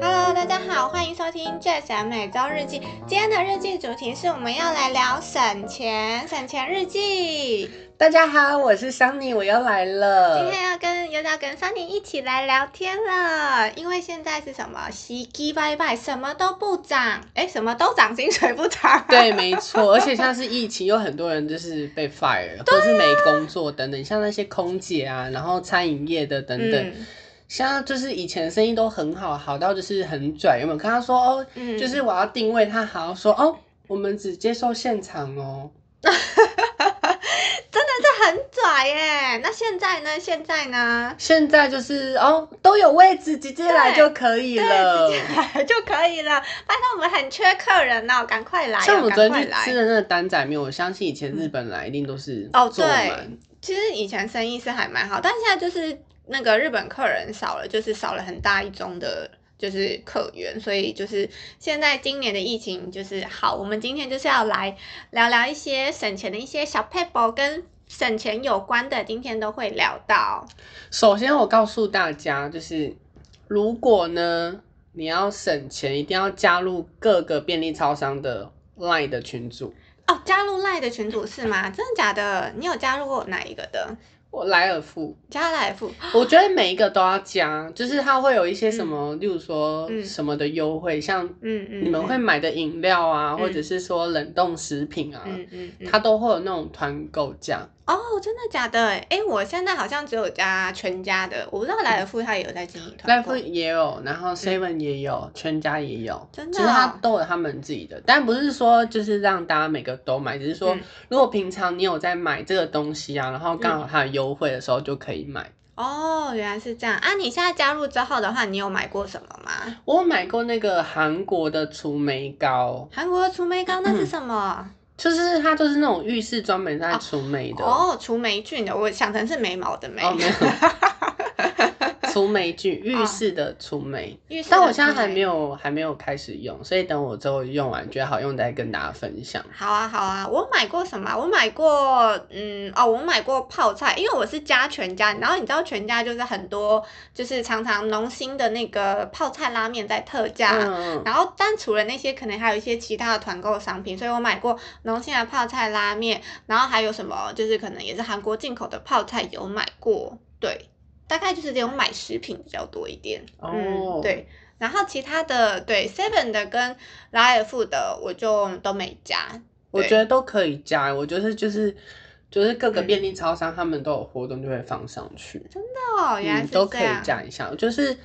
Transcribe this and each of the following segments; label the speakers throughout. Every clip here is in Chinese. Speaker 1: Hello，大家好，欢迎收听《最省每周日记》。今天的日记主题是我们要来聊省钱，省钱日记。
Speaker 2: 大家好，我是桑尼，我又来
Speaker 1: 今
Speaker 2: 了。
Speaker 1: 天要跟又要跟 Sunny 一起来聊天了，因为现在是什么？洗鸡拜拜，什么都不涨，哎，什么都涨，薪水不涨。啊
Speaker 2: 对，没错，而 且像是疫情，有很多人就是被 fire，、或
Speaker 1: 啊
Speaker 2: 是没工作等等，像那些空姐啊，然后餐饮业的等等，
Speaker 1: 嗯
Speaker 2: 像就是以前生意都很好，好到就是很拽。有没有跟他说哦，
Speaker 1: 嗯
Speaker 2: 就是我要定位他，好好说哦，我们只接受现场哦。
Speaker 1: 真的是很拽耶。那现在呢？现在呢？
Speaker 2: 现在就是哦，都有位置，直接来就可以了
Speaker 1: 对，。直接来 就可以了。拜托，我们很缺客人哦，赶快来、哦，
Speaker 2: 像我昨
Speaker 1: 赶快
Speaker 2: 天去
Speaker 1: 来。
Speaker 2: 吃的那个担仔面，我相信以前日本来一定都是
Speaker 1: 哦
Speaker 2: 坐
Speaker 1: 对
Speaker 2: 满
Speaker 1: 其实以前生意是还蛮好，但现在就是那个日本客人少了，就是少了很大一宗的，就是客源，所以就是现在今年的疫情就是好，我们今天就是要来聊聊一些省钱的一些小 p e p l e 跟省钱有关的，今天都会聊到。
Speaker 2: 首先，我告诉大家，就是如果呢你要省钱，一定要加入各个便利超商的 LINE 的群组。
Speaker 1: 哦，加入赖的群组是吗？真的假的？你有加入过哪一个的？
Speaker 2: 我莱尔富，
Speaker 1: 加赖付
Speaker 2: 我觉得每一个都要加，就是它会有一些什么，例如说
Speaker 1: 嗯
Speaker 2: 什么的优惠，像
Speaker 1: 嗯嗯，
Speaker 2: 你们会
Speaker 1: 嗯
Speaker 2: 买的饮料啊，
Speaker 1: 嗯
Speaker 2: 或者是说冷冻食品啊，
Speaker 1: 嗯嗯嗯，
Speaker 2: 它都会有那种团购价。
Speaker 1: 哦，真的假的？哎，我现在好像只有加全家的，我不知道莱尔富他也有在经营
Speaker 2: 莱
Speaker 1: 团
Speaker 2: 尔
Speaker 1: 购嗯
Speaker 2: 富。也有，然后 Seven 也有，全家也有，
Speaker 1: 真的
Speaker 2: 其实
Speaker 1: 哦
Speaker 2: 它都有他们自己的，但不是说就是让大家每个都买，只是说
Speaker 1: 嗯
Speaker 2: 如果平常你有在买这个东西啊，然后刚好它有优惠的时候就可以买。
Speaker 1: 哦，原来是这样啊！你现在加入之后的话，你有买过什么吗？
Speaker 2: 我有买过那个韩国的除霉膏，
Speaker 1: 韩国的除霉膏那是什么？
Speaker 2: 就是它就是那种浴室专门在除霉的
Speaker 1: 哦，除霉菌的，我想成是眉毛的眉。
Speaker 2: 嗯哦没有除霉具，浴室的除霉。
Speaker 1: 浴哦室的
Speaker 2: 但我现在
Speaker 1: 除
Speaker 2: 还
Speaker 1: 霉
Speaker 2: 没。有还没有开始用，所以等我之后用完觉得好用再跟大家分享。
Speaker 1: 好啊，好啊，我买过什么啊？我买过，嗯，哦，我买过泡菜，因为我是加全家，然后你知道全家就是很多，就是常常农心的那个泡菜拉面在特价，
Speaker 2: 嗯，
Speaker 1: 然后，但除了那些，可能还有一些其他的团购商品，所以我买过农心的泡菜拉面，然后还有什么，就是可能也是韩国进口的泡菜有买过，对，大概就是这种买食品比较多一点。
Speaker 2: 哦
Speaker 1: 嗯，对。然后其他的，对 Seven 的跟莱尔富的，我就都没加。
Speaker 2: 我
Speaker 1: 对嗯
Speaker 2: 觉得都可以加，欸我觉得就是就是各个便利超商他们都有活动就会放上去，嗯
Speaker 1: 哦，原来是这样。
Speaker 2: 都可以加一下。就是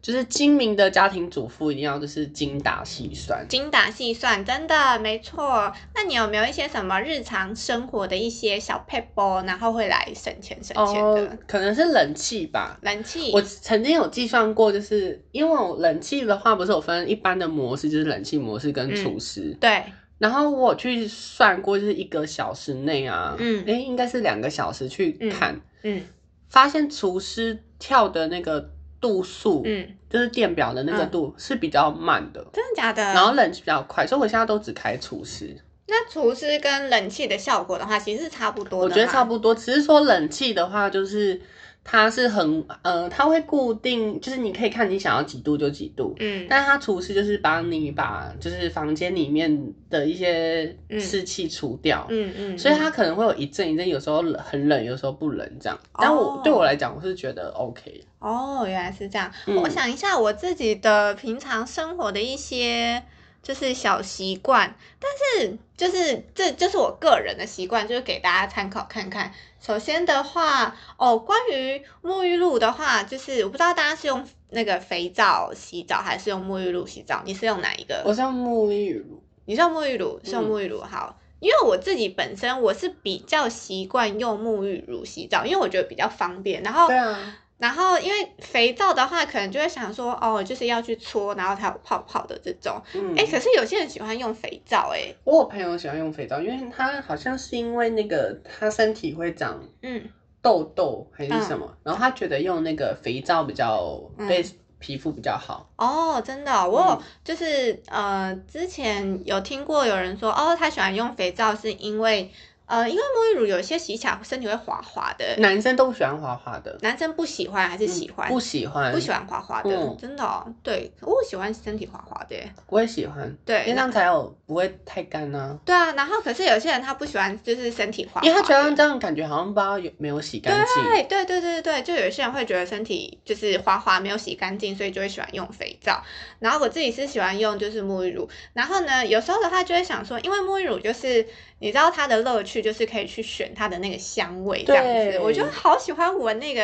Speaker 2: 就是精明的家庭主妇一定要就是精打细算。
Speaker 1: 精打细算，真的没错。那你有没有一些什么日常生活的一些小 p e p l 然后会来省钱省钱的？
Speaker 2: 哦，可能是冷气吧。
Speaker 1: 冷气，
Speaker 2: 我曾经有计算过，就是因为我冷气的话，不是有分一般的模式，就是冷气模式
Speaker 1: 嗯
Speaker 2: 跟除湿。
Speaker 1: 对，
Speaker 2: 然后我去算过，就是一个小时内啊，
Speaker 1: 嗯
Speaker 2: 诶，应该是两个小时去
Speaker 1: 嗯
Speaker 2: 看，
Speaker 1: 嗯
Speaker 2: 发现厨师跳的那个度数，
Speaker 1: 嗯，
Speaker 2: 就是电表的那个
Speaker 1: 嗯
Speaker 2: 度是比较慢的，
Speaker 1: 真的假的？
Speaker 2: 然后冷气比较快，所以我现在都只开除湿，
Speaker 1: 那除湿跟冷气的效果的话，其实是差不多
Speaker 2: 我
Speaker 1: 的。
Speaker 2: 觉得差
Speaker 1: 不
Speaker 2: 不多。只是说冷气的话，就是它是很呃，它会固定，就是你可以看你想要几度就几度。
Speaker 1: 嗯
Speaker 2: 但是它除湿就是帮你把就是房间里面的一些
Speaker 1: 嗯
Speaker 2: 湿气除掉，
Speaker 1: 嗯嗯，
Speaker 2: 所以它可能会有一阵一阵，有时候冷很冷，有时候不冷这样。但我、
Speaker 1: 哦
Speaker 2: 对我来讲，我是觉得 OK。
Speaker 1: 哦，原来是这样。
Speaker 2: 嗯
Speaker 1: 我想一下我自己的平常生活的一些就是小习惯，但是就是这就是我个人的习惯，就是给大家参考看看。首先的话，哦，关于沐浴露的话，就是我不知道大家是用那个肥皂洗澡还是用沐浴露洗澡，你是用哪一个？
Speaker 2: 我是用沐浴乳，
Speaker 1: 你是用沐浴
Speaker 2: 嗯
Speaker 1: 乳，是用沐浴乳、好，因为我自己本身我是比较习惯用沐浴乳洗澡，因为我觉得比较方便。然后，
Speaker 2: 对啊，
Speaker 1: 然后因为肥皂的话，可能就会想说，哦，就是要去搓，然后它有泡泡的这种。
Speaker 2: 嗯，
Speaker 1: 哎、可是有些人喜欢用肥皂、诶
Speaker 2: 我有朋友喜欢用肥皂，因为他好像是因为那个他身体会长
Speaker 1: 哎，嗯，嗯
Speaker 2: 痘痘还是什么，然后他觉得用那个肥皂比较被、皮肤比较好。
Speaker 1: 哦，真的哦、我
Speaker 2: 嗯
Speaker 1: 有就是、呃，之前有听过有人说，哦，他喜欢用肥皂是因为，呃，因为沐浴乳有些洗起来身体会滑滑的，
Speaker 2: 男生都喜欢滑滑的，
Speaker 1: 男生不喜欢还是喜欢？
Speaker 2: 嗯不喜欢，
Speaker 1: 不喜，欢滑滑的，
Speaker 2: 嗯
Speaker 1: 真的哦，对，我喜欢身体滑滑的耶，
Speaker 2: 我也喜欢，因为
Speaker 1: 对
Speaker 2: 这，样才有不会太干呐、
Speaker 1: 对啊，然后可是有些人他不喜欢，就是身体滑滑的，
Speaker 2: 因为他觉得这样感觉好像不知道有没有洗干净。
Speaker 1: 对对对对对，就有些人会觉得身体就是滑滑没有洗干净，所以就会喜欢用肥皂。然后我自己是喜欢用就是沐浴乳，然后呢，有时候的话就会想说，因为沐浴乳就是你知道它的乐趣就是可以去选它的那个香味这样子，
Speaker 2: 对
Speaker 1: 我就好喜欢闻那个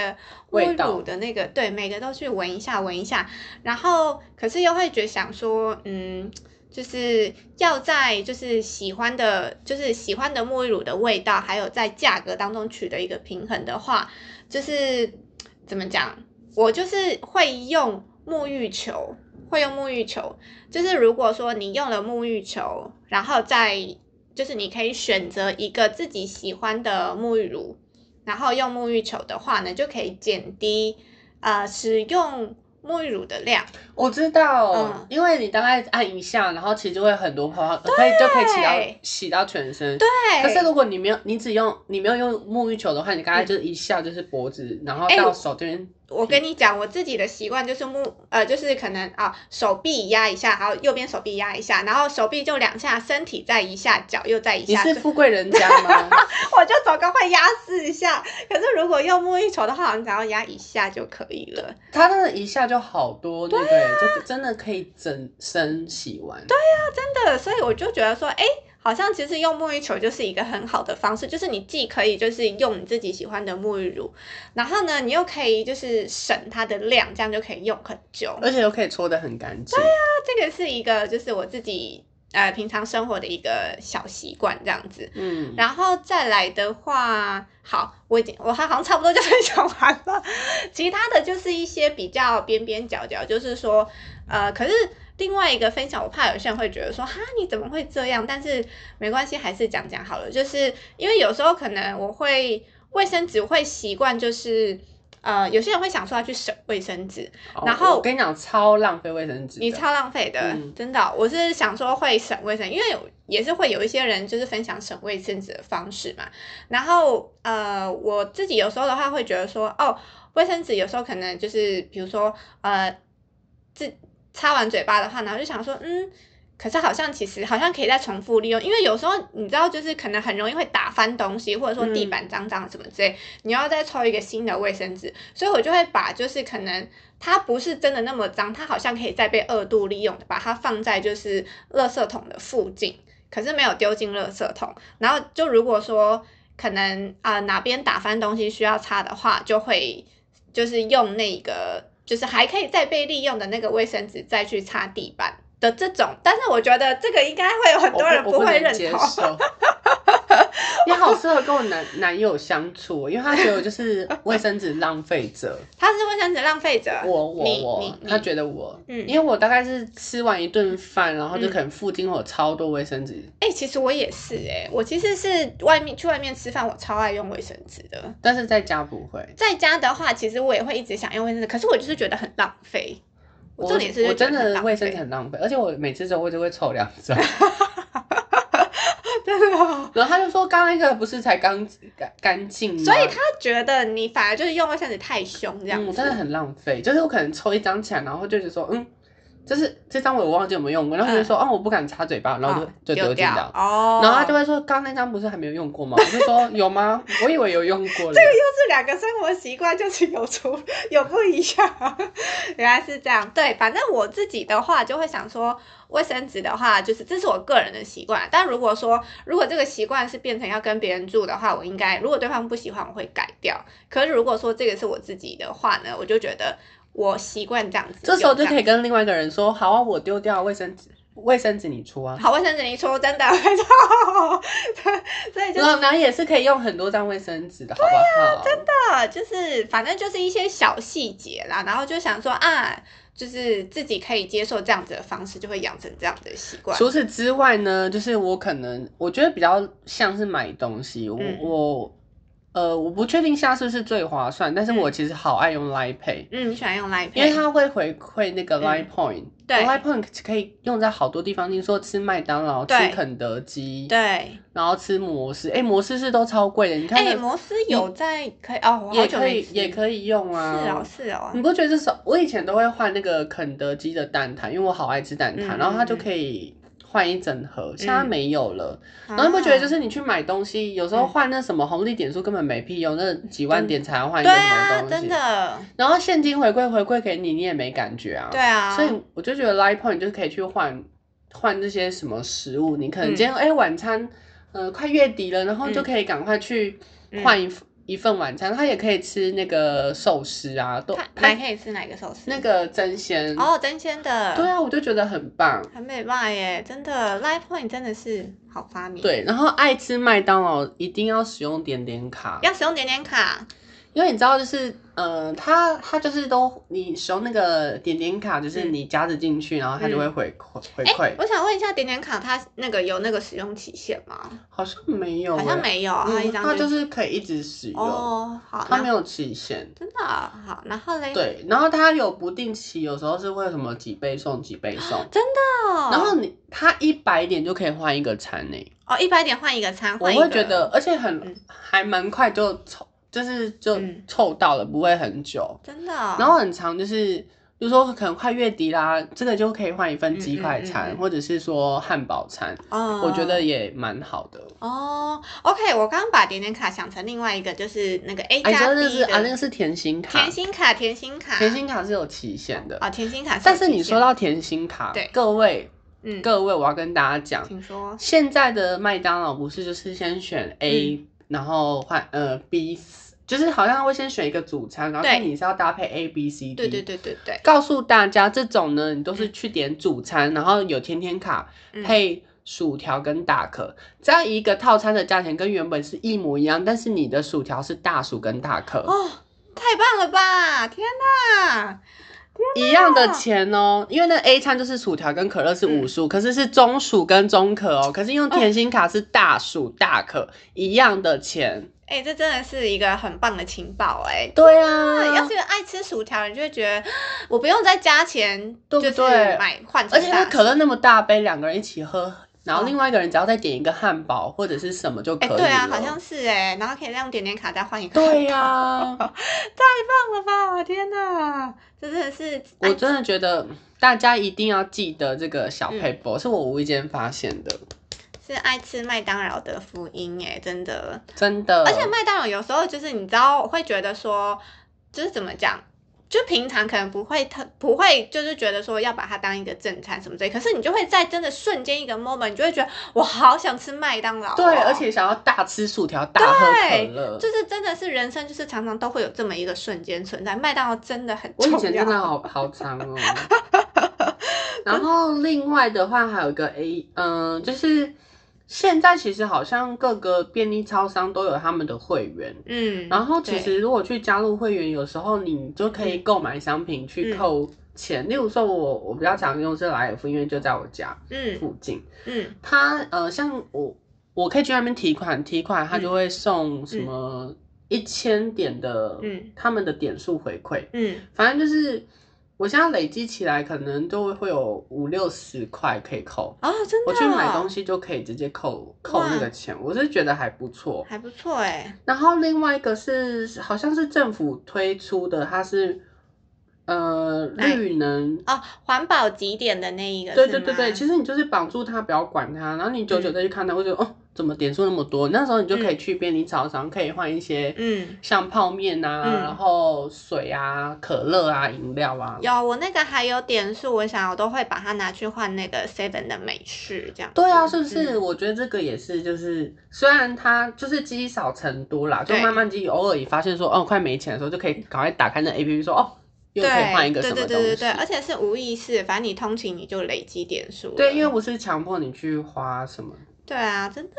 Speaker 1: 沐浴
Speaker 2: 味道
Speaker 1: 乳的那个，对，每个都去闻一下闻一下，然后可是又会觉得想说，嗯。就是要在就是喜欢的，就是喜欢的沐浴乳的味道，还有在价格当中取得一个平衡的话，就是怎么讲，我就是会用沐浴球，会用沐浴球。就是如果说你用了沐浴球，然后再就是你可以选择一个自己喜欢的沐浴乳，然后用沐浴球的话呢，就可以减低呃使用沐浴乳的量。
Speaker 2: 我知道，
Speaker 1: 嗯
Speaker 2: 因为你大概按一下，然后其实就会很多泡泡，可以就可以洗到洗到全身。对。
Speaker 1: 对，
Speaker 2: 可是如果你没有，你只用你没有用沐浴球的话，你刚才就是一下就是脖子，然后
Speaker 1: 嗯哎
Speaker 2: 到
Speaker 1: 我
Speaker 2: 手这边，
Speaker 1: 我跟你讲，我自己的习惯就是木呃，就是可能啊、手臂压一下，还有右边手臂压一下，然后手臂就两下，身体再一下，脚又再一
Speaker 2: 你
Speaker 1: 下，
Speaker 2: 是
Speaker 1: 就
Speaker 2: 富贵人家吗？
Speaker 1: 我就总共会压四下。可是如果用沐浴球的话，好像只要压一下就可以了。
Speaker 2: 他真的一下就好多，对不对？
Speaker 1: 啊
Speaker 2: 就真的可以整身洗完。对，
Speaker 1: 真的，所以我就觉得说，哎、好像其实用沐浴球就是一个很好的方式，就是你既可以就是用你自己喜欢的沐浴乳，然后呢，你又可以就是省它的量，这样就可以用很久。
Speaker 2: 而且又可以搓得很干净。
Speaker 1: 哦这个是一个就是我自己呃平常生活的一个小习惯这样子。
Speaker 2: 嗯，
Speaker 1: 然后再来的话，好，我已经我好像差不多就分享完了。其他的就是一些比较边边角角，就是说，呃，可是另外一个分享，我怕有些人会觉得说，哈，你怎么会这样？但是没关系，还是讲讲好了。就是因为有时候可能我会卫生纸会习惯，就是呃，有些人会想说要去省卫生纸，
Speaker 2: 哦
Speaker 1: 然后
Speaker 2: 我跟你讲，超浪费卫生纸的。
Speaker 1: 你超浪费的，
Speaker 2: 嗯
Speaker 1: 真的哦、我是想说会省卫生，因为也是会有一些人就是分享省卫生纸的方式嘛。然后呃，我自己有时候的话会觉得说，哦，卫生纸有时候可能就是比如说呃，自擦完嘴巴的话，然后就想说，嗯。可是好像其实好像可以再重复利用，因为有时候你知道，就是可能很容易会打翻东西，或者说地
Speaker 2: 嗯
Speaker 1: 板脏脏什么之类，你要再抽一个新的卫生纸，所以我就会把就是可能它不是真的那么脏，它好像可以再被二度利用，把它放在就是垃圾桶的附近，可是没有丢进垃圾桶。然后就如果说可能啊、呃哪边打翻东西需要擦的话，就会就是用那个就是还可以再被利用的那个卫生纸再去擦地板。的这种，但是我觉得这个应该会有很
Speaker 2: 我
Speaker 1: 多人
Speaker 2: 我不
Speaker 1: 会
Speaker 2: 能
Speaker 1: 认
Speaker 2: 接
Speaker 1: 同。
Speaker 2: 受。你好适合跟我男男友相处哦，因为他觉得我就是卫生纸浪费者。
Speaker 1: 他是卫生纸浪费者，
Speaker 2: 我我
Speaker 1: 你你
Speaker 2: 我，
Speaker 1: 你
Speaker 2: 他觉得我，
Speaker 1: 嗯
Speaker 2: 因为我大概是吃完一顿饭，然后就
Speaker 1: 嗯
Speaker 2: 可能附近会有超多卫生纸，
Speaker 1: 哎、其实我也是哎、我其实是外面去外面吃饭，我超爱用卫生纸的。
Speaker 2: 但是在家不会。
Speaker 1: 在家的话，其实我也会一直想用卫生纸，可是我就是觉得很浪费。我重点是
Speaker 2: 我
Speaker 1: 就觉
Speaker 2: 真
Speaker 1: 得很
Speaker 2: 的
Speaker 1: 浪
Speaker 2: 卫生纸
Speaker 1: 费，
Speaker 2: 很浪费，而且我每次都会就会抽两 张。
Speaker 1: 真的哦。
Speaker 2: 然后他就说刚刚那个不是才刚干干净吗？
Speaker 1: 所以他觉得你反而就是用卫生纸太凶这样
Speaker 2: 嗯，
Speaker 1: 子，
Speaker 2: 真的很浪费。就是我可能抽一张起来，然后就觉得说，嗯，就是这张我也忘记有没有用过，然后我就说，哦，我不敢插嘴巴，然后
Speaker 1: 哦
Speaker 2: 就就丢
Speaker 1: 嗯
Speaker 2: 进
Speaker 1: 掉
Speaker 2: 掉。
Speaker 1: 哦。
Speaker 2: 然后他就会说，刚刚那张不是还没有用过吗？我就说有吗？我以为有用过了。
Speaker 1: 就是两个生活习惯就是有出有不一样， 原来是这样。对，反正我自己的话就会想说，卫生纸的话就是这是我个人的习惯，但如果说如果这个习惯是变成要跟别人住的话，我应该如果对方不喜欢，我会改掉。可是如果说这个是我自己的话呢，我就觉得我习惯这样子
Speaker 2: 这
Speaker 1: 用
Speaker 2: 时
Speaker 1: 这样，
Speaker 2: 候就可以跟另外一个人说，好啊，我丢掉卫生纸，卫生纸你出啊。
Speaker 1: 好卫生纸你说真的没错， 所以就是
Speaker 2: 老娘也是可以用很多张卫生纸的，好不好？真的。
Speaker 1: 呃，就是反正就是一些小细节啦，然后就想说啊，就是自己可以接受这样子的方式，就会养成这样的习惯。
Speaker 2: 除此之外呢，就是我可能我觉得比较像是买东西，我、
Speaker 1: 嗯
Speaker 2: 我呃，我不确定下次是最划算，但是
Speaker 1: 嗯
Speaker 2: 我其实好爱用 Line Pay，、
Speaker 1: 嗯，你喜欢用 Line
Speaker 2: 因为
Speaker 1: Pay？
Speaker 2: 它会回馈那个
Speaker 1: 嗯
Speaker 2: Line Point，、
Speaker 1: 对
Speaker 2: l i n e Point 可以用在好多地方，听说吃麦当劳、吃
Speaker 1: 对
Speaker 2: 肯德基，
Speaker 1: 对，
Speaker 2: 然后吃摩斯，哎、摩斯是都超贵的，你看
Speaker 1: 哎、
Speaker 2: 那、
Speaker 1: 摩斯有在可以哦，我好
Speaker 2: 也
Speaker 1: 久
Speaker 2: 可
Speaker 1: 没
Speaker 2: 以
Speaker 1: 吃
Speaker 2: 也可以用啊，
Speaker 1: 是哦是哦
Speaker 2: 你，不觉得这是？我以前都会换那个肯德基的蛋挞，因为我好爱吃蛋挞，
Speaker 1: 嗯
Speaker 2: 然后它
Speaker 1: 嗯
Speaker 2: 就
Speaker 1: 嗯嗯
Speaker 2: 可以换一整盒，现在没有了。然后
Speaker 1: 啊
Speaker 2: 你不觉得就是你去买东西，有时候
Speaker 1: 嗯
Speaker 2: 换那什么红利点数根本没屁用，那几万点才要换一
Speaker 1: 对
Speaker 2: 个什
Speaker 1: 啊，
Speaker 2: 么东西
Speaker 1: 真，的
Speaker 2: 然后现金回馈回馈给你，你也没感觉啊。
Speaker 1: 对啊，
Speaker 2: 所以我就觉得 Line Point 就是可以去换换这些什么食物，你可能
Speaker 1: 嗯
Speaker 2: 今天哎、晚餐，呃快月底了，然后就
Speaker 1: 嗯
Speaker 2: 可以赶快去
Speaker 1: 嗯
Speaker 2: 换一、一份晚餐，它也可以吃那个寿司啊，都
Speaker 1: 看
Speaker 2: 它
Speaker 1: 还可以吃哪个寿司？
Speaker 2: 那个真鲜。
Speaker 1: 哦，真鲜的，
Speaker 2: 对啊，我就觉得很棒。
Speaker 1: 很美吧耶，真的 l i f e Point 真的是好发明。，
Speaker 2: 对，然后爱吃麦当劳一定要使用点点卡，
Speaker 1: 要使用点点卡，
Speaker 2: 因为你知道就是，呃，它它就是都你使用那个点点卡，就是
Speaker 1: 嗯
Speaker 2: 你夹子进去，然后它就会回馈、回馈，
Speaker 1: 我想问一下，点点卡它那个有那个使用期限吗？
Speaker 2: 好像没有、欸，
Speaker 1: 好像没有，它一
Speaker 2: 嗯，
Speaker 1: 张
Speaker 2: 它就是可以一直使用，
Speaker 1: 哦，好，
Speaker 2: 它
Speaker 1: 那
Speaker 2: 没有期限。
Speaker 1: 真的啊好，然后嘞，
Speaker 2: 对，然后它有不定期，有时候是会什么几倍送几倍送，
Speaker 1: 哦，
Speaker 2: 然后你它一百点就可以换一个餐呢、
Speaker 1: 哦，一百点换一个餐，
Speaker 2: 我
Speaker 1: 换一
Speaker 2: 会
Speaker 1: 个
Speaker 2: 觉得，而且很、
Speaker 1: 嗯
Speaker 2: 还蛮快就凑，就是就
Speaker 1: 嗯
Speaker 2: 凑到了，不会很久。
Speaker 1: 真的，啊然
Speaker 2: 然后很长，就是比如说可能快月底啦，这个就可以换一份鸡块餐，
Speaker 1: 嗯嗯嗯嗯
Speaker 2: 或者是说汉堡餐，
Speaker 1: 哦，
Speaker 2: 我觉得也蛮好的。
Speaker 1: 哦，OK，我刚刚把点点卡想成另外一个，就是那个 A
Speaker 2: 哎，
Speaker 1: 加
Speaker 2: 真
Speaker 1: B
Speaker 2: 的是
Speaker 1: 的
Speaker 2: 啊，那个是甜心卡，
Speaker 1: 甜心卡，甜心卡，
Speaker 2: 甜心卡是有期限的。
Speaker 1: 啊，甜心卡有期限，
Speaker 2: 但是你说到甜心卡
Speaker 1: 对，
Speaker 2: 各位
Speaker 1: 嗯，
Speaker 2: 各位，我要跟大家讲，
Speaker 1: 请说，
Speaker 2: 现在的麦当劳不是就是先选 A，、然
Speaker 1: 嗯
Speaker 2: 后换呃 B，就是好像会先选一个主餐，然后
Speaker 1: 对
Speaker 2: 看你是要搭配 A B C D。
Speaker 1: 对对对对对，
Speaker 2: 告诉大家，这种呢，你都是去点主餐，然后有甜甜卡
Speaker 1: 嗯
Speaker 2: 配薯条跟大可，这样一个套餐的价钱跟原本是一模一样，但是你的薯条是大薯跟大可、
Speaker 1: 哦，太棒了吧！天哪，
Speaker 2: 一样的钱哦，因为那 A 餐就是薯条跟可乐是
Speaker 1: 嗯
Speaker 2: 五薯，可是是中薯跟中可哦，可是用甜心卡是大薯大可一样的钱，
Speaker 1: 哎、这真的是一个很棒的情报哎、
Speaker 2: 对
Speaker 1: 那要
Speaker 2: 啊。
Speaker 1: 是爱吃薯条，人就会觉得啊我不用再加钱，
Speaker 2: 对不对
Speaker 1: 就是买换成
Speaker 2: 而且它
Speaker 1: 大
Speaker 2: 可乐那么大杯，两个人一起喝，然后
Speaker 1: 哦
Speaker 2: 另外一个人只要再点一个汉堡或者是什么就可
Speaker 1: 哎、
Speaker 2: 以了。
Speaker 1: 对啊，好像是哎、然后可以用点点卡再换一个。
Speaker 2: 对啊呀、
Speaker 1: 棒了吧！天哪，这真的是
Speaker 2: 我
Speaker 1: 哎
Speaker 2: 真的觉得大家一定要记得这个小
Speaker 1: 嗯
Speaker 2: paper，、是我无意间发现的，
Speaker 1: 是爱吃麦当劳的福音哎、真的。
Speaker 2: 真的。
Speaker 1: 而且麦当劳有时候就是你知道，我会觉得说，就是怎么讲，就平常可能不会特不会，就是觉得说要把它当一个正餐什么之类，可是你就会在真的瞬间一个 moment，你就会觉得我好想吃麦当劳哦、
Speaker 2: 对，而且想要大吃薯条、大喝可
Speaker 1: 对
Speaker 2: 乐。
Speaker 1: 就是真的是人生，就是常常都会有这么一个瞬间存在。麦当劳真的很
Speaker 2: 我
Speaker 1: 重
Speaker 2: 以
Speaker 1: 要，
Speaker 2: 前真的好好长哦。 然后另外的话还有一个 A，嗯、就是现在其实好像各个便利超商都有他们的会员。
Speaker 1: 嗯，
Speaker 2: 然后其
Speaker 1: 对
Speaker 2: 实如果去加入会员，有时候你就可以购买商品去
Speaker 1: 嗯
Speaker 2: 扣钱。例如说我我比较常用是莱尔夫，因为就在我家
Speaker 1: 嗯
Speaker 2: 附近。
Speaker 1: 嗯
Speaker 2: 他呃，像我我可以去那边提款，提款他
Speaker 1: 嗯
Speaker 2: 就会送什么一千点的，
Speaker 1: 嗯
Speaker 2: 他们的点数回馈，
Speaker 1: 嗯，
Speaker 2: 反正就是我现在累积起来，可能就会有五六十块可以扣。
Speaker 1: 哦，真的，
Speaker 2: 我去买东
Speaker 1: 西
Speaker 2: 西就可以直接扣扣那个钱，我是觉得还不错。
Speaker 1: 还不错哎，
Speaker 2: 然后另外一个是好像是政府推出的，它是呃
Speaker 1: 哎
Speaker 2: 绿能
Speaker 1: 哦，环保极点的那一个，
Speaker 2: 对
Speaker 1: 是
Speaker 2: 对对对，
Speaker 1: 吗嗯
Speaker 2: 其实你就是绑住它，不要管它，然后你久久再去看它，会觉得哦，怎么点数那么多？那时候你就可以去便利超商，可以换一些
Speaker 1: 嗯。
Speaker 2: 像泡面啊，
Speaker 1: 嗯
Speaker 2: 然后水啊、可乐啊、饮料啊。
Speaker 1: 有，我那个还有点数，我想我都会把它拿去换那个 Seven 的美式，这样子。
Speaker 2: 对啊，是不是？
Speaker 1: 嗯
Speaker 2: 我觉得这个也是，就是虽然它就是积少成多啦，就
Speaker 1: 对
Speaker 2: 慢慢积，偶尔也发现说哦，快没钱的时候，就可以赶快打开那 A P P 说哦，又可以换一个什么东西。
Speaker 1: 对对对对对，而且是无意识，反正你通勤你就累积点数了。
Speaker 2: 对因为不是强迫你去花什么，
Speaker 1: 对啊，真的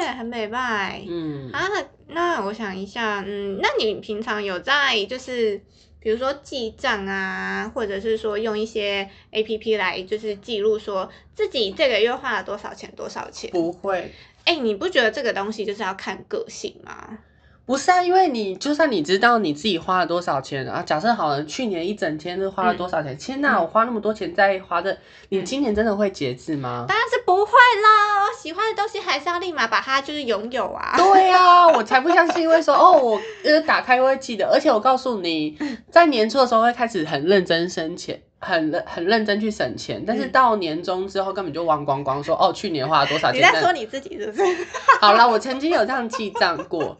Speaker 1: 耶，很美拜、
Speaker 2: 嗯，
Speaker 1: 啊。那我想一下，嗯，那你平常有在就是比如说记账啊，或者是说用一些 A P P 来就是记录说自己这个月花了多少钱多少钱？
Speaker 2: 不会。
Speaker 1: 哎、你不觉得这个东西就是要看个性吗？
Speaker 2: 不是啊，因为你就算你知道你自己花了多少钱啊，假设好了，去年一整天都花了多少钱？天哪，
Speaker 1: 嗯
Speaker 2: 我花那么多钱在花的，你
Speaker 1: 嗯
Speaker 2: 今年真的会节制吗？
Speaker 1: 当然是不会啦，我喜欢的东西还是要立马把它就是拥有 啊。
Speaker 2: 对呀、我才不相信会说哦，我呃打开会记得，而且我告诉你，在年初的时候会开始很认真省钱，很认很认真去省钱，但是
Speaker 1: 嗯
Speaker 2: 到年终之后根本就忘光光说，哦去年花了多 少
Speaker 1: 你
Speaker 2: 钱。
Speaker 1: 在
Speaker 2: 但
Speaker 1: 说你自己是不是？
Speaker 2: 好啦，我曾经有这样记账过。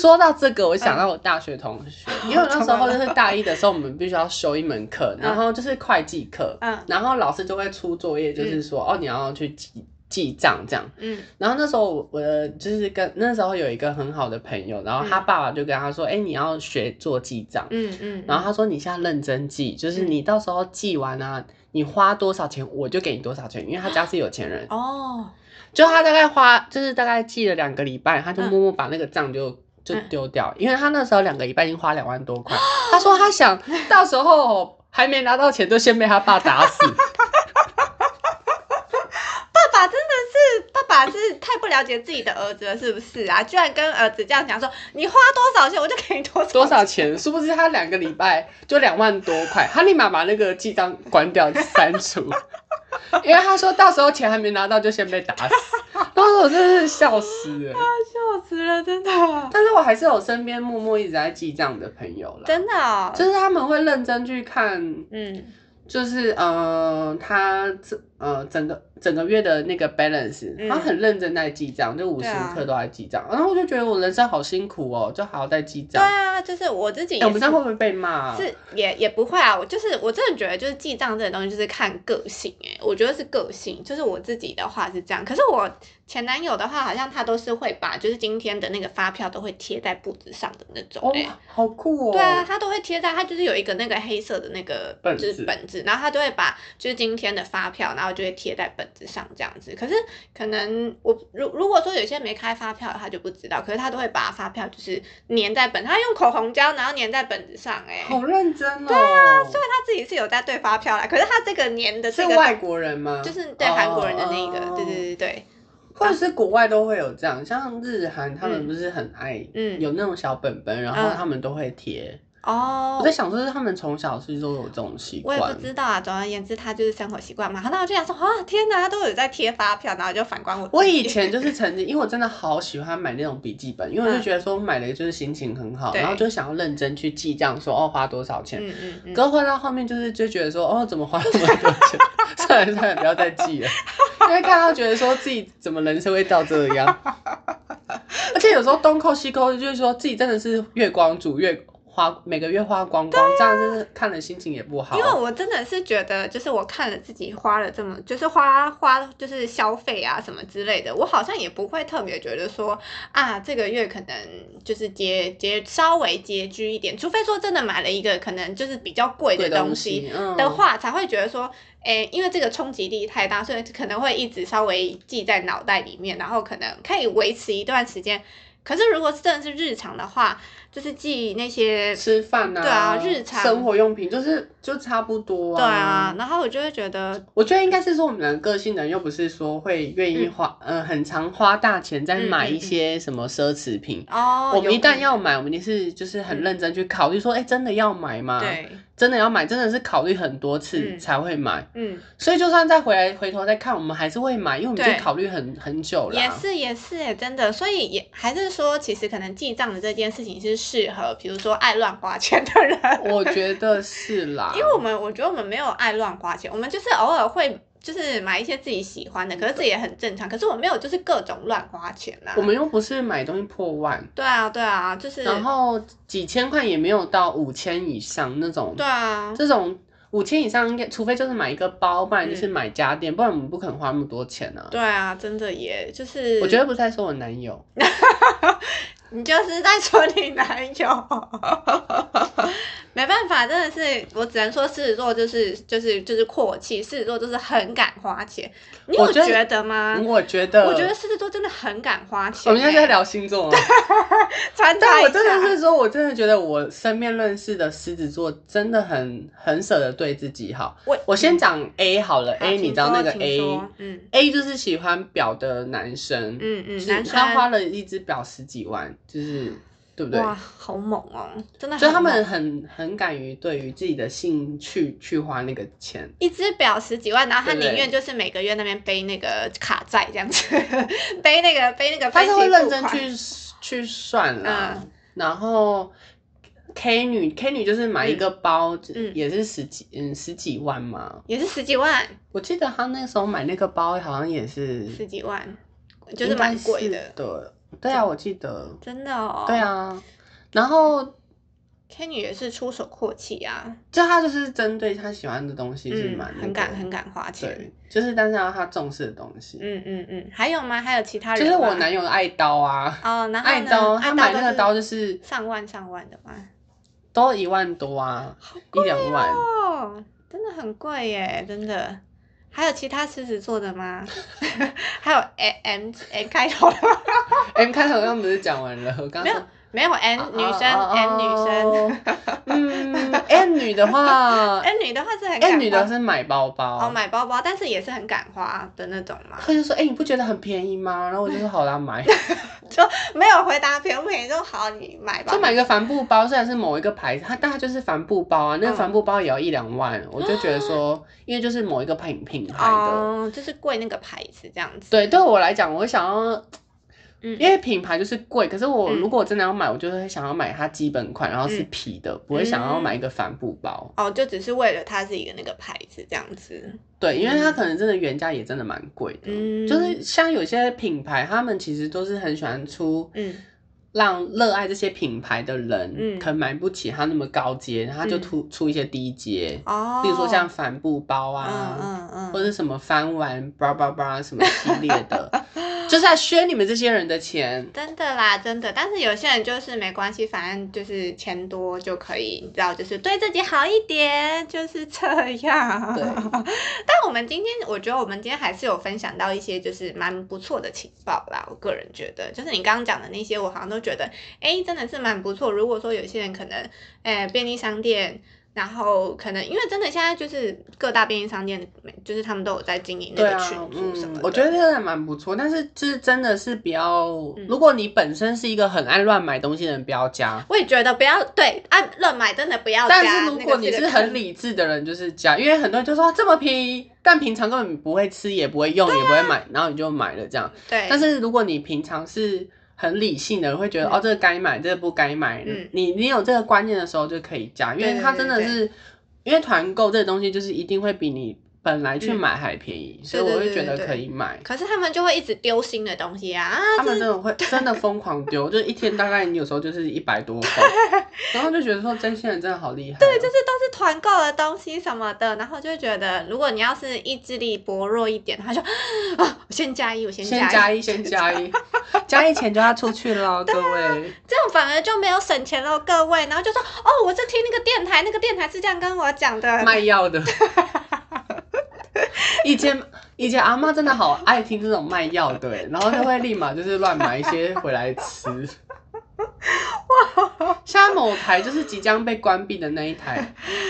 Speaker 2: 说到这个，我想到我大学同学，
Speaker 1: 嗯
Speaker 2: 因为我那时候就是大一的时候，我们必须要修一门课，然后就是会计课，
Speaker 1: 嗯
Speaker 2: 然后老师就会出作业，就是说、哦你要去记记账这样。
Speaker 1: 嗯
Speaker 2: 然后那时候我我的就是跟那时候有一个很好的朋友，然后他
Speaker 1: 嗯
Speaker 2: 爸爸就跟他说：“哎、你要学做记账。
Speaker 1: 嗯嗯，
Speaker 2: 然后他说：“你现在认真记，就是
Speaker 1: 嗯
Speaker 2: 你到时候记完啊，你花多少钱我就给你多少钱，因为他家是有钱人。
Speaker 1: 哦，
Speaker 2: 就他大概花，就是大概记了两个礼拜，他就
Speaker 1: 嗯
Speaker 2: 默默把那个账就。就
Speaker 1: 嗯
Speaker 2: 丢掉，因为他那时候两个礼拜已经花两万多块。他说他想到时候还没拿到钱，就先被他爸打死。
Speaker 1: 爸爸真的是爸爸是太不了解自己的儿子了，是不是啊？居然跟儿子这样讲说，你花多少钱我就给你多少
Speaker 2: 多少钱？殊不知他两个礼拜就两万多块，他立马把那个记账关掉删除，因为他说到时候钱还没拿到就先被打死。当时我真是笑死了，
Speaker 1: 笑死了，真的，
Speaker 2: 但是我还是有身边默默一直在记账的朋友啦，
Speaker 1: 真的、哦，
Speaker 2: 就是他们会认真去看，
Speaker 1: 嗯
Speaker 2: 就是呃他这呃整个整个月的那个 balance，、
Speaker 1: 嗯
Speaker 2: 他很认真在记账，就无
Speaker 1: 对
Speaker 2: 时
Speaker 1: 啊
Speaker 2: 无刻都在记账，然后我就觉得我人生好辛苦哦，就还要在记
Speaker 1: 对
Speaker 2: 账。
Speaker 1: 啊，就是我自己
Speaker 2: 哎、
Speaker 1: 也
Speaker 2: 我们
Speaker 1: 是
Speaker 2: 这样会不会被骂、啊？
Speaker 1: 是也也不会啊，我就是我真的觉得就是记账这个东西就是看个性哎、我觉得是个性，就是我自己的话是这样，可是我前男友的话好像他都是会把就是今天的那个发票都会贴在簿子上的那种
Speaker 2: 哦
Speaker 1: 哎、，
Speaker 2: 好酷哦！
Speaker 1: 对啊，他都会贴在，他就是有一个那个黑色的那个
Speaker 2: 本
Speaker 1: 就
Speaker 2: 子
Speaker 1: 是本子，然后他就会把就是今天的发票，然后就会贴在本子上这样子。可是可能我如如果说有些没开发票，他就不知道，可是他都会把发票就是粘在本，他用口红胶然后粘在本子上、欸，哎，
Speaker 2: 好认真哦。对啊，
Speaker 1: 虽然他自己是有在对发票啦，可是他这个粘的这
Speaker 2: 是
Speaker 1: 个
Speaker 2: 外国人吗？
Speaker 1: 就是对韩国人的那一个，
Speaker 2: 哦
Speaker 1: 对对，对对，
Speaker 2: 或者是国外都会有这样，像日韩他们
Speaker 1: 嗯
Speaker 2: 不是很爱。
Speaker 1: 嗯，
Speaker 2: 有那种小本本，然后他们都会贴。
Speaker 1: 哦
Speaker 2: 我在。想，说是他们从小是都有这种习
Speaker 1: 我也不
Speaker 2: 惯。
Speaker 1: 知道啊，总而言之，他就是生活习惯嘛。然后我就想说，啊，天哪，他都有在贴发票，然后就反观我自己。
Speaker 2: 我以前就是曾经，因为我真的好喜欢买那种笔记本，因为我就觉得说买了就是心情很好，
Speaker 1: 对
Speaker 2: 然后就想要认真去记账，说哦花多少钱。
Speaker 1: 嗯嗯嗯，
Speaker 2: 可是换到后面就是就觉得说，哦，怎么花那么多钱？ 算了算了，不要再记了，因为看到觉得说自己怎么人生会到这样，而且有时候东扣西扣，就是说自己真的是月光族，月花每个月花光光，这样真是看了心情也不好
Speaker 1: 因。为我真的是觉得，就是我看了自己花了这么，就是花花就是消费啊什么之类的，我好像也不会特别觉得说啊，这个月可能就是拮拮稍微拮据一点，除非说真的买了一个可能就是比较贵的
Speaker 2: 贵
Speaker 1: 东
Speaker 2: 东
Speaker 1: 西
Speaker 2: 西嗯
Speaker 1: 的话，才会觉得说，诶、因为这个冲击力太大，所以可能会一直稍微记在脑袋里面，然后可能可以维持一段时间。可是如果真的是日常的话，就是记那些
Speaker 2: 吃饭啊，
Speaker 1: 对啊日常
Speaker 2: 生活用品就是就差不多
Speaker 1: 对啊，，然后我就会觉得，
Speaker 2: 我觉得应该是说我们两个个性的人又不是说会愿意花，嗯、呃，很常花大钱在
Speaker 1: 嗯
Speaker 2: 买
Speaker 1: 嗯
Speaker 2: 一
Speaker 1: 嗯
Speaker 2: 些什么奢侈品。
Speaker 1: 哦，
Speaker 2: 我们
Speaker 1: 有
Speaker 2: 一旦
Speaker 1: 可
Speaker 2: 要
Speaker 1: 能嗯
Speaker 2: 买，我们一定是就是很认真去考虑说，哎、真的要买吗？，
Speaker 1: 对，
Speaker 2: 真的要买，真的是考虑很多次
Speaker 1: 嗯
Speaker 2: 才会买。
Speaker 1: 嗯，
Speaker 2: 所以就算再回来回头再看，我们还是会买，因为我们已
Speaker 1: 对
Speaker 2: 经考虑很很久了。
Speaker 1: 也是也是耶，真的，所以也还是说，其实可能记账的这件事情是适合，比如说爱乱花钱的人，
Speaker 2: 我觉得是啦，
Speaker 1: 因为我们我觉得我们没有爱乱花钱，我们就是偶尔会就是买一些自己喜欢的，可是这也很正常，可是我没有就是各种乱花钱啦、
Speaker 2: 我们又不是买东西破万，
Speaker 1: 对啊对啊，就是
Speaker 2: 然后几千块也没有到五千以上那种。
Speaker 1: 对啊，
Speaker 2: 这种五千以上应该，除非就是买一个包，不然就是
Speaker 1: 嗯
Speaker 2: 买家电，不然我们不可能花那么多钱啊。
Speaker 1: 对啊，真的也就是
Speaker 2: 我觉得不是在说我男友，
Speaker 1: 你就是在说你男 友，没办法，真的是我只能说狮子座就是就是就是阔气，狮子座就是很敢花钱。你有
Speaker 2: 我觉得
Speaker 1: 觉得吗？
Speaker 2: 我觉得，
Speaker 1: 啊我觉得狮子座真的很敢花钱、
Speaker 2: 我们现在在聊星 座吗？啊
Speaker 1: 传达
Speaker 2: 但
Speaker 1: 一
Speaker 2: 我
Speaker 1: 下，
Speaker 2: 真的 是说，我真的觉得我身边认识的狮子座真的很很舍得对自己好。
Speaker 1: 我嗯
Speaker 2: 我先讲 A 好了
Speaker 1: 好请
Speaker 2: ，A 哎你知道
Speaker 1: 说
Speaker 2: 那个
Speaker 1: 啊请
Speaker 2: A
Speaker 1: 说嗯
Speaker 2: A 就是喜欢表的男生，
Speaker 1: 嗯嗯，
Speaker 2: 就是
Speaker 1: 男
Speaker 2: 他花
Speaker 1: 生
Speaker 2: 了一只表十几万，就是对不对？
Speaker 1: 哇，好猛哦，真的很猛。
Speaker 2: 所以他们很很敢于对于自己的兴趣去花那个钱，
Speaker 1: 一只表十几万，然后他
Speaker 2: 对不对
Speaker 1: 宁愿就是每个月那边背那个卡债这样子， 背那个背那个，
Speaker 2: 他是会认真
Speaker 1: 背信付款。嗯
Speaker 2: 去去算啦。然后 K 女 K 女就是买一个包，
Speaker 1: 嗯
Speaker 2: 也是十几嗯十几万嘛。
Speaker 1: 也是十几万，
Speaker 2: 我记得他那时候买那个包好像也是，
Speaker 1: 十几万，就是蛮贵
Speaker 2: 应
Speaker 1: 的
Speaker 2: 该是，的。对啊，我记得。
Speaker 1: 真的哦。
Speaker 2: 对啊，然后
Speaker 1: ，K 女也是出手阔气啊，
Speaker 2: 就他就是针对他喜欢的东西去
Speaker 1: 嗯
Speaker 2: 买、那，个
Speaker 1: 很敢很敢花钱
Speaker 2: 对。，就是但是要他重视的东西。
Speaker 1: 嗯嗯嗯，还有吗？还有其他人
Speaker 2: 就
Speaker 1: 吗？
Speaker 2: 是我男友爱刀啊，
Speaker 1: 哦，然后
Speaker 2: 爱
Speaker 1: 呢
Speaker 2: 刀，
Speaker 1: 爱
Speaker 2: 他买那
Speaker 1: 都
Speaker 2: 个
Speaker 1: 是
Speaker 2: 刀就是
Speaker 1: 上万上万的嘛，
Speaker 2: 都一万多啊，
Speaker 1: 好
Speaker 2: 一
Speaker 1: 贵
Speaker 2: 两万。
Speaker 1: 哦，真的很贵耶，真的。还有其他狮子座的吗？ 还有 M M M 开头的吗？
Speaker 2: M 哎开头刚刚不是讲完了，我刚刚
Speaker 1: 没有
Speaker 2: 说
Speaker 1: 没有 M 女生
Speaker 2: 哦
Speaker 1: M 女生。
Speaker 2: 嗯，N 女的话
Speaker 1: M 女的话是 很敢
Speaker 2: ，N 啊女的
Speaker 1: 花
Speaker 2: 是啊买包包，
Speaker 1: 哦买包包，但是也是很敢花的那种嘛，
Speaker 2: 他就说，哎，你不觉得很便宜吗？然后我就说好啦， 买，
Speaker 1: 没有回答便不便宜就好，你买吧。
Speaker 2: 就买个帆布包，虽然是某一个牌子，它但它就是帆布包啊，那个
Speaker 1: 嗯
Speaker 2: 帆布包也要一两万，我就觉得说，因为就是某一个品品牌的。
Speaker 1: 哦，就是贵那个牌子这样子。
Speaker 2: 对，对我来讲，我会想要，
Speaker 1: 嗯，
Speaker 2: 因为品牌就是贵，可是我
Speaker 1: 嗯
Speaker 2: 如果真的要买，我就是会想要买它基本款，然后是
Speaker 1: 嗯
Speaker 2: 皮的，不会想要买一个帆布包。
Speaker 1: 哦，就只是为了它是一个那个牌子这样子。
Speaker 2: 对，因为它可能真的原价也真的蛮贵的，
Speaker 1: 嗯
Speaker 2: 就是像有些品牌，他们其实都是很喜欢出
Speaker 1: 嗯
Speaker 2: 让热爱这些品牌的人，
Speaker 1: 嗯
Speaker 2: 可能买不起它那么高阶，他就
Speaker 1: 嗯
Speaker 2: 突出一些低阶，
Speaker 1: 哦，
Speaker 2: 比如说像帆布包啊。
Speaker 1: 嗯嗯
Speaker 2: 或
Speaker 1: 嗯，
Speaker 2: 者什么翻玩叭叭叭什么系列的， 就是在削你们这些人的钱。
Speaker 1: 真的啦，真的。但是有些人就是没关系，反正就是钱多就可以，你知道，就是对自己好一点，就是这样。
Speaker 2: 对
Speaker 1: 但我们今天，我觉得我们今天还是有分享到一些就是蛮不错的情报啦。我个人觉得，就是你刚刚讲的那些，我好像都觉得，哎，真的是蛮不错。如果说有些人可能，哎，便利商店。然后可能因为真的现在就是各大便利商店，就是他们都有在经营那
Speaker 2: 对
Speaker 1: 个
Speaker 2: 啊
Speaker 1: 群，组什么的。
Speaker 2: 我觉得这个蛮不错，但是就是真的是比较，
Speaker 1: 嗯
Speaker 2: 如果你本身是一个很爱乱买东西的人，不要加。
Speaker 1: 我也觉得不要对按乱买，真的不要加。
Speaker 2: 但是如果你是很
Speaker 1: 理，
Speaker 2: 理智的人，就是加，因为很多人就说、啊这么便宜，但平常根本不会吃，也不会用，也不会买，然后你就买了这样。
Speaker 1: 对，
Speaker 2: 但是如果你平常是很理性的人，会觉得、
Speaker 1: 嗯
Speaker 2: 哦，这个该买，这个不该买。
Speaker 1: 嗯
Speaker 2: 你你有这个观念的时候就可以加，因为它真的是，因为团购这个东西就是一定会比你本来去
Speaker 1: 嗯
Speaker 2: 买还便宜，所以
Speaker 1: 对
Speaker 2: 我
Speaker 1: 对
Speaker 2: 会觉得
Speaker 1: 对对
Speaker 2: 可以买。
Speaker 1: 可是他们就会一直丢新的东西啊啊！
Speaker 2: 他们真的会真的疯狂丢，就是一天大概你有时候就是一百 多包，然后就觉得说这些人真的好厉害哦、
Speaker 1: 对，就是都是团购的东西什么的，然后就会觉得，如果你要是意志力薄弱一点，他就 啊，我先加一，我先
Speaker 2: 先
Speaker 1: 加
Speaker 2: 加一，先加一，加一钱就要出 去喽，各位。
Speaker 1: 这样反而就没有省钱喽，各位。然后就说，哦，我是听那个电台，那个电台是这样跟我讲的，
Speaker 2: 卖药的。以前以前阿妈真的好爱听这种卖药的欸，然后就会立马就是乱买一些回来吃。 现在某台就是即将被关闭的那 一台，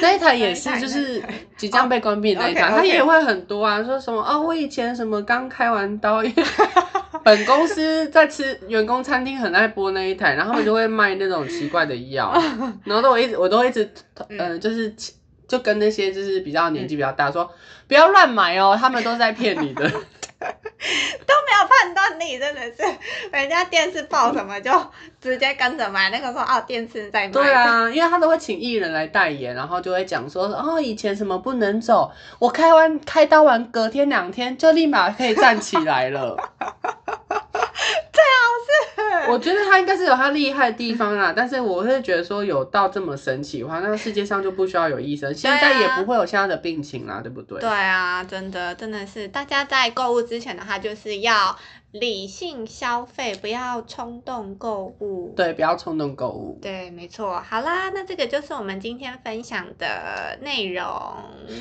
Speaker 2: 那一台也是
Speaker 1: 哪一台
Speaker 2: 就是即将被关闭的那一台，
Speaker 1: 哦，OK，OK
Speaker 2: 它也会很多啊，说什么哦，我以前什么刚开完 刀，因为本公司在吃员工餐厅很爱播那一台，然后他们就会卖那种奇怪的 药，然后都我一直我都会一直
Speaker 1: 嗯
Speaker 2: 呃，就是就跟那些就是比较年纪比较大说不要乱买哦，他们都是在骗你的。
Speaker 1: 都没有判断力，真的是人家电视报什么就直接跟着买，那个时候哦，电视在卖，
Speaker 2: 对，啊，因为他都会请艺人来代言，然后就会讲说哦，以前什么不能走，我开完开刀完隔天两天就立马可以站起 来了。最好是，我觉得他应该是有他厉害的地 方啦，但是我会觉得说有到这么神奇的话，那世界上就不需要有医生，现在
Speaker 1: 对
Speaker 2: 也
Speaker 1: 啊
Speaker 2: 不会有现在的病情啦，对不对？
Speaker 1: 对啊，真的真的是，大家在购物之前的话，就是要理性消费，不要冲动购物。
Speaker 2: 对，不要冲动购物。
Speaker 1: 对，没错。好啦，那这个就是我们今天分享的内容。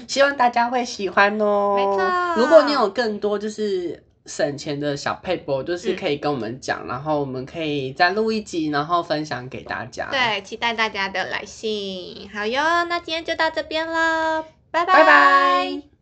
Speaker 2: 希望大家会喜欢哦。
Speaker 1: 没错
Speaker 2: 如果你有更多就是省钱的小配博，
Speaker 1: 嗯
Speaker 2: 就是可以跟我们讲，然后我们可以再录一集，然后分享给大家。，
Speaker 1: 对，期待大家的来信。好哟，那今天就到这边喽，拜
Speaker 2: 拜拜。